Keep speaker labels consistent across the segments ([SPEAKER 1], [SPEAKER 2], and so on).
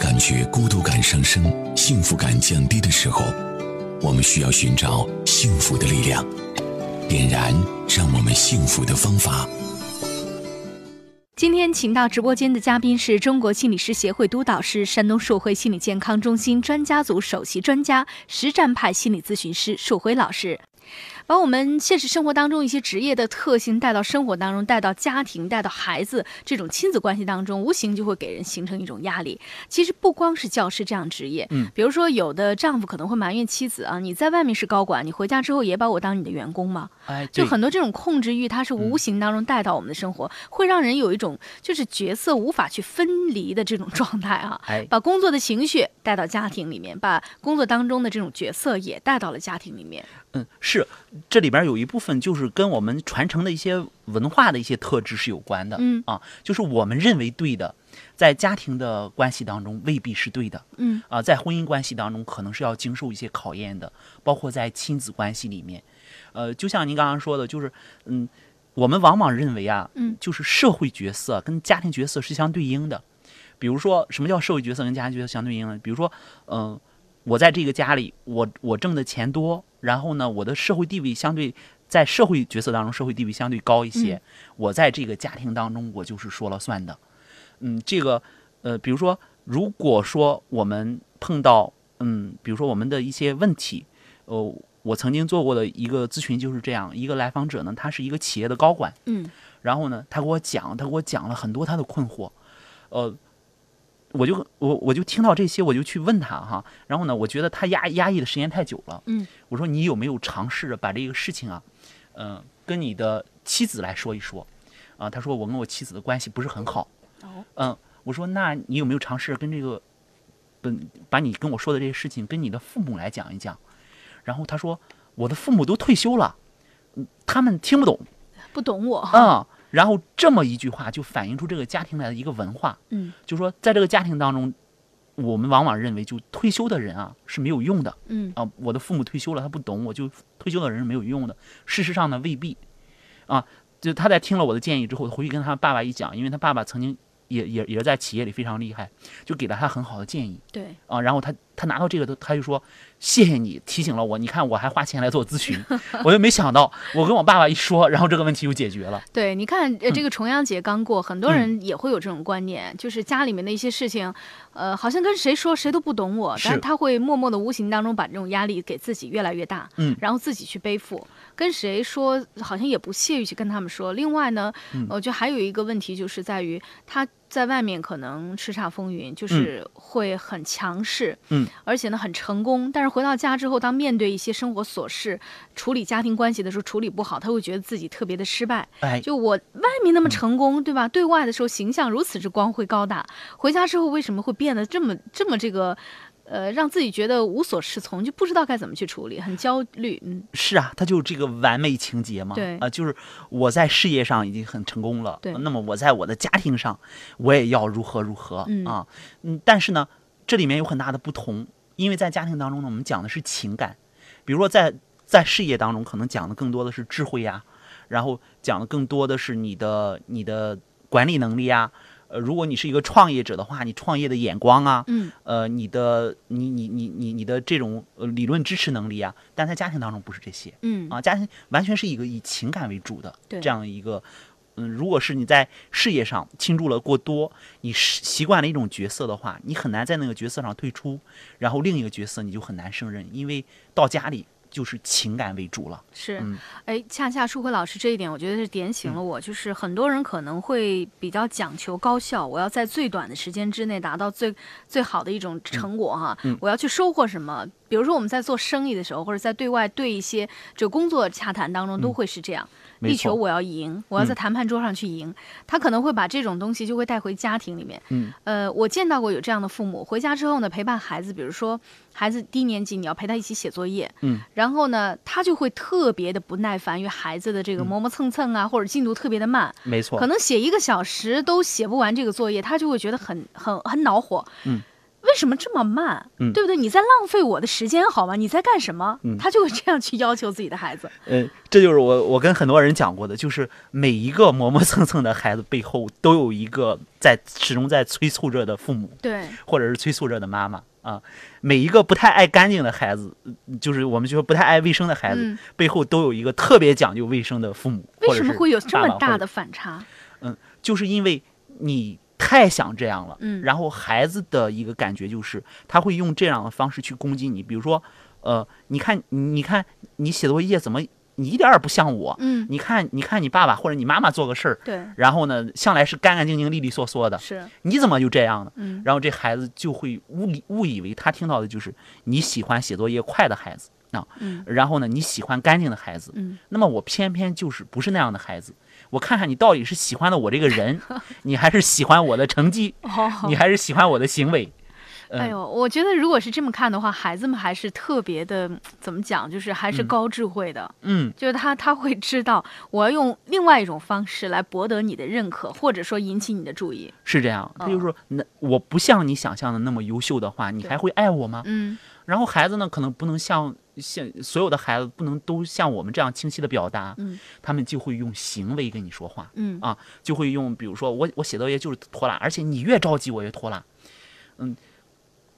[SPEAKER 1] 感觉孤独感上升、幸福感降低的时候，我们需要寻找幸福的力量，点燃让我们幸福的方法。
[SPEAKER 2] 今天请到直播间的嘉宾是中国心理师协会督导师、山东硕辉心理健康中心专家组首席专家、实战派心理咨询师硕辉老师。把我们现实生活当中一些职业的特性带到生活当中，带到家庭，带到孩子这种亲子关系当中，无形就会给人形成一种压力。其实不光是教师这样职业，
[SPEAKER 3] 嗯，
[SPEAKER 2] 比如说有的丈夫可能会埋怨妻子啊，你在外面是高管，你回家之后也把我当你的员工吗？
[SPEAKER 3] 哎，
[SPEAKER 2] 就
[SPEAKER 3] 对嗯
[SPEAKER 2] 很多这种控制欲，它是无形当中带到我们的生活，会让人有一种就是角色无法去分离的这种状态啊。
[SPEAKER 3] 哎，
[SPEAKER 2] 把工作的情绪带到家庭里面，把工作当中的这种角色也带到了家庭里面。
[SPEAKER 3] 嗯，是这里边有一部分就是跟我们传承的一些文化的一些特质是有关的，
[SPEAKER 2] 嗯
[SPEAKER 3] 啊，就是我们认为对的，在家庭的关系当中未必是对的，
[SPEAKER 2] 嗯
[SPEAKER 3] 啊，在婚姻关系当中可能是要经受一些考验的，包括在亲子关系里面，呃，就像您刚刚说的，就是嗯，我们往往认为啊，
[SPEAKER 2] 嗯
[SPEAKER 3] 就是社会角色跟家庭角色是相对应的。比如说，什么叫社会角色跟家庭角色相对应呢？比如说，嗯、我在这个家里，我我挣的钱多，然后呢，我的社会地位相对在社会角色当中社会地位相对高一些，
[SPEAKER 2] 嗯
[SPEAKER 3] 我在这个家庭当中我就是说了算的。嗯，这个呃，比如说，如果说我们碰到嗯，比如说我们的一些问题，呃，我曾经做过的一个咨询就是这样，一个来访者呢，他是一个企业的高管，
[SPEAKER 2] 嗯
[SPEAKER 3] 然后呢，他给我讲，他给我讲了很多他的困惑，呃，我就我我就听到这些，我就去问他哈，然后呢，我觉得他压压抑的时间太久了，
[SPEAKER 2] 嗯，
[SPEAKER 3] 我说你有没有尝试着把这个事情啊，嗯、跟你的妻子来说一说，啊、他说我跟我妻子的关系不是很好，
[SPEAKER 2] 哦，
[SPEAKER 3] 嗯，我说那你有没有尝试跟这个，本把你跟我说的这些事情跟你的父母来讲一讲，然后他说我的父母都退休了，嗯他们听不懂。
[SPEAKER 2] 不懂我。
[SPEAKER 3] 啊、然后这么一句话就反映出这个家庭来的一个文化，
[SPEAKER 2] 嗯
[SPEAKER 3] 就说在这个家庭当中，我们往往认为就退休的人啊是没有用的
[SPEAKER 2] 嗯
[SPEAKER 3] 啊，我的父母退休了，他不懂我，就退休的人是没有用的。事实上呢，未必啊，就他在听了我的建议之后，回去跟他爸爸一讲，因为他爸爸曾经也也也是在企业里非常厉害，就给了他很好的建议。
[SPEAKER 2] 对，
[SPEAKER 3] 啊，然后他他拿到这个的，他就说谢谢你提醒了我，你看我还花钱来做咨询，我又没想到，我跟我爸爸一说，然后这个问题就解决了。
[SPEAKER 2] 对，你看，呃，
[SPEAKER 3] 嗯
[SPEAKER 2] 这个重阳节刚过，很多人也会有这种观念，就是家里面的一些事情，呃，好像跟谁说谁都不懂我，但是
[SPEAKER 3] 是
[SPEAKER 2] 他会默默的无形当中把这种压力给自己越来越大，
[SPEAKER 3] 嗯
[SPEAKER 2] 然后自己去背负，跟谁说好像也不屑于去跟他们说。另外呢，
[SPEAKER 3] 嗯
[SPEAKER 2] 我觉得还有一个问题就是在于他。在外面可能叱咤风云，就是会很强势，
[SPEAKER 3] 嗯，
[SPEAKER 2] 而且呢很成功。但是回到家之后，当面对一些生活琐事、处理家庭关系的时候，处理不好，他会觉得自己特别的失败，
[SPEAKER 3] 哎，
[SPEAKER 2] 就我外面那么成功，对吧？对外的时候形象如此之光辉高大，回家之后为什么会变得这么这么这个，呃，让自己觉得无所适从，就不知道该怎么去处理，很焦虑。嗯，
[SPEAKER 3] 是啊，他就是这个完美情节嘛。
[SPEAKER 2] 对
[SPEAKER 3] 啊、就是我在事业上已经很成功了，
[SPEAKER 2] 对
[SPEAKER 3] 那么我在我的家庭上，我也要如何如何、
[SPEAKER 2] 嗯
[SPEAKER 3] 啊。嗯，但是呢，这里面有很大的不同，因为在家庭当中呢，我们讲的是情感，比如说在在事业当中，可能讲的更多的是智慧呀、然后讲的更多的是你的你的管理能力呀、呃，如果你是一个创业者的话，你创业的眼光啊，
[SPEAKER 2] 嗯，
[SPEAKER 3] 呃，你的你你你你你的这种呃理论支持能力啊，但在家庭当中不是这些，
[SPEAKER 2] 嗯，
[SPEAKER 3] 啊，家庭完全是一个以情感为主的
[SPEAKER 2] 对
[SPEAKER 3] 这样一个，嗯，如果是你在事业上倾注了过多，你是习惯了一种角色的话，你很难在那个角色上退出，然后另一个角色你就很难胜任，因为到家里就是情感为主了。
[SPEAKER 2] 是
[SPEAKER 3] 嗯。
[SPEAKER 2] 哎，恰恰舒辉老师这一点，我觉得是点醒了我，就是很多人可能会比较讲求高效，我要在最短的时间之内达到最最好的一种成果哈、
[SPEAKER 3] 嗯
[SPEAKER 2] 我要去收获什么。比如说我们在做生意的时候，或者在对外对一些这个工作洽谈当中，都会是这样。
[SPEAKER 3] 嗯没
[SPEAKER 2] 力求
[SPEAKER 3] 错嗯
[SPEAKER 2] 我要赢，我要在谈判桌上去赢。他可能会把这种东西就会带回家庭里面。
[SPEAKER 3] 嗯，
[SPEAKER 2] 呃，我见到过有这样的父母，回家之后呢，陪伴孩子，比如说孩子低年级，你要陪他一起写作业，
[SPEAKER 3] 嗯，
[SPEAKER 2] 然后呢，他就会特别的不耐烦于孩子的这个
[SPEAKER 3] 嗯
[SPEAKER 2] 磨磨蹭蹭啊，或者进度特别的慢，
[SPEAKER 3] 没错
[SPEAKER 2] 可能写一个小时都写不完这个作业，他就会觉得很很很恼火。
[SPEAKER 3] 嗯。
[SPEAKER 2] 为什么这么慢？
[SPEAKER 3] 嗯
[SPEAKER 2] 对不对？你在浪费我的时间好吗？你在干什么？
[SPEAKER 3] 嗯
[SPEAKER 2] 他就会这样去要求自己的孩子。
[SPEAKER 3] 嗯，这就是我我跟很多人讲过的，就是每一个磨磨蹭蹭的孩子背后都有一个在始终在催促着的父母，
[SPEAKER 2] 对，
[SPEAKER 3] 或者是催促着的妈妈啊。每一个不太爱干净的孩子，嗯就是我们就说不太爱卫生的孩子，
[SPEAKER 2] 嗯
[SPEAKER 3] 背后都有一个特别讲究卫生的父母，
[SPEAKER 2] 为
[SPEAKER 3] 或者
[SPEAKER 2] 什么
[SPEAKER 3] 是
[SPEAKER 2] 会有这
[SPEAKER 3] 爸
[SPEAKER 2] 么
[SPEAKER 3] 爸或
[SPEAKER 2] 大
[SPEAKER 3] 者
[SPEAKER 2] 的反差？
[SPEAKER 3] 就是因为你太想这样了，
[SPEAKER 2] 嗯
[SPEAKER 3] 然后孩子的一个感觉就是他会用这样的方式去攻击你，比如说，呃，你看，你看你写作业怎么你一点儿也不像我，
[SPEAKER 2] 嗯，
[SPEAKER 3] 你看，你看你爸爸或者你妈妈做个事儿，
[SPEAKER 2] 对，
[SPEAKER 3] 然后呢，向来是干干净净、利利索索的，
[SPEAKER 2] 是，
[SPEAKER 3] 你怎么就这样呢？
[SPEAKER 2] 嗯，
[SPEAKER 3] 然后这孩子就会误以误以为他听到的就是你喜欢写作业快的孩子啊，
[SPEAKER 2] 嗯
[SPEAKER 3] 然后呢你喜欢干净的孩子，
[SPEAKER 2] 嗯
[SPEAKER 3] 那么我偏偏就是不是那样的孩子。我看看你到底是喜欢的我这个人，你还是喜欢我的 成绩，
[SPEAKER 2] 哦
[SPEAKER 3] 你，还是喜欢我的行为？嗯
[SPEAKER 2] 哎呦，我觉得如果是这么看的话，孩子们还是特别的，怎么讲，就是还是
[SPEAKER 3] 嗯
[SPEAKER 2] 高智慧的。
[SPEAKER 3] 嗯，
[SPEAKER 2] 就是他他会知道我要用另外一种方式来博得你的认可，或者说引起你的注意。
[SPEAKER 3] 是这样。他就
[SPEAKER 2] 哦
[SPEAKER 3] 说，那我不像你想象的那么优秀的话，你
[SPEAKER 2] 对
[SPEAKER 3] 还会爱我吗？
[SPEAKER 2] 嗯，
[SPEAKER 3] 然后孩子呢，可能不能像像所有的孩子不能都像我们这样清晰的表达，
[SPEAKER 2] 嗯
[SPEAKER 3] 他们就会用行为跟你说话，
[SPEAKER 2] 嗯
[SPEAKER 3] 啊，就会用比如说我我写作业就是拖拉，而且你越着急我越拖拉，嗯，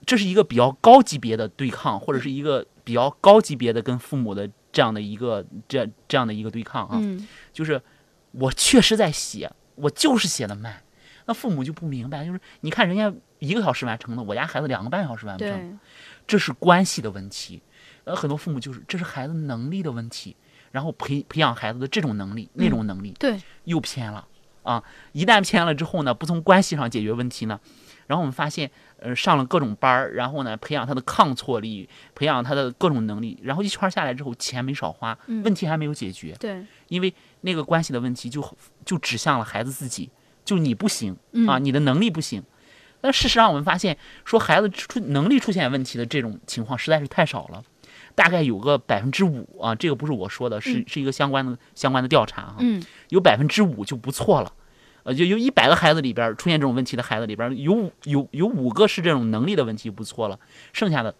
[SPEAKER 3] 这是一个比较高级别的对抗，或者是一个比较高级别的跟父母的这样的一个这这样的一个对抗啊，
[SPEAKER 2] 嗯，
[SPEAKER 3] 就是我确实在写，我就是写的慢，那父母就不明白，就是你看人家一个小时完成的，我家孩子两个半小时完不成。
[SPEAKER 2] 对，
[SPEAKER 3] 这是关系的问题。呃，很多父母就是这是孩子能力的问题，然后培培养孩子的这种能力、那
[SPEAKER 2] 嗯
[SPEAKER 3] 种能力
[SPEAKER 2] 对，
[SPEAKER 3] 又偏了啊！一旦偏了之后呢，不从关系上解决问题呢，然后我们发现，呃，上了各种班儿，然后呢，培养他的抗挫力，培养他的各种能力，然后一圈儿下来之后，钱没少花，
[SPEAKER 2] 嗯
[SPEAKER 3] 问题还没有解决，
[SPEAKER 2] 对，
[SPEAKER 3] 因为那个关系的问题就就指向了孩子自己，就你不行，
[SPEAKER 2] 嗯
[SPEAKER 3] 啊，你的能力不行。但事实上，我们发现说孩子出能力出现问题的这种情况实在是太少了，大概有个百分之五啊，这个不是我说的，是
[SPEAKER 2] 嗯
[SPEAKER 3] 是一个相关的相关的调查啊，
[SPEAKER 2] 嗯
[SPEAKER 3] 有百分之五就不错了。呃，就有一百个孩子里边儿出现这种问题的孩子里边儿，有五有有五个是这种能力的问题不错了，剩下的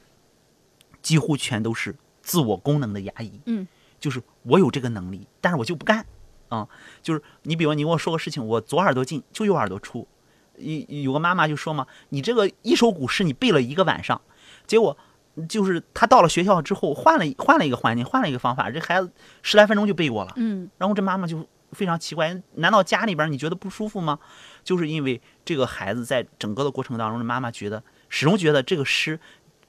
[SPEAKER 3] 几乎全都是自我功能的压抑。
[SPEAKER 2] 嗯，
[SPEAKER 3] 就是我有这个能力，但是我就不干啊、就是你比如你跟我说个事情，我左耳朵进就右耳朵出。有有个妈妈就说嘛，你这个一首古诗你背了一个晚上，结果就是他到了学校之后换了换了一个环境，换了一个方法，这孩子十来分钟就背过了。
[SPEAKER 2] 嗯
[SPEAKER 3] 然后这妈妈就非常奇怪，难道家里边你觉得不舒服吗？就是因为这个孩子在整个的过程当中，这妈妈觉得始终觉得这个诗，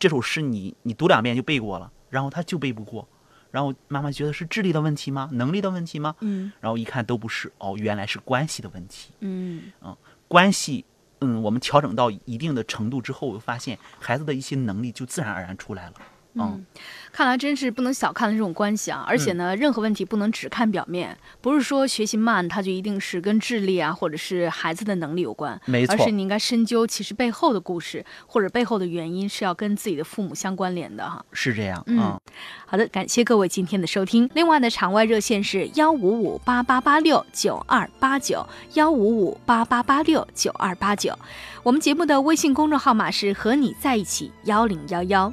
[SPEAKER 3] 这首诗你你读两遍就背过了，然后他就背不过，然后妈妈觉得是智力的问题吗？能力的问题吗？
[SPEAKER 2] 嗯
[SPEAKER 3] 然后一看都不是，哦，原来是关系的问题。
[SPEAKER 2] 嗯
[SPEAKER 3] 关系，嗯，我们调整到一定的程度之后，我发现孩子的一些能力就自然而然出来了。
[SPEAKER 2] 嗯，看来真是不能小看这种关系啊！而
[SPEAKER 3] 嗯
[SPEAKER 2] 且呢，任何问题不能只看表面，不是说学习慢它就一定是跟智力啊，或者是孩子的能力有关，
[SPEAKER 3] 没
[SPEAKER 2] 而
[SPEAKER 3] 错
[SPEAKER 2] 是你应该深究其实背后的故事或者背后的原因是要跟自己的父母相关联的哈。
[SPEAKER 3] 是这样，
[SPEAKER 2] 嗯好的，感谢各位今天的收听。另外呢，场外热线是幺五五八八八六九二八九，幺五五八八八六九二八九。我们节目的微信公众号码是和你在一起幺零幺幺。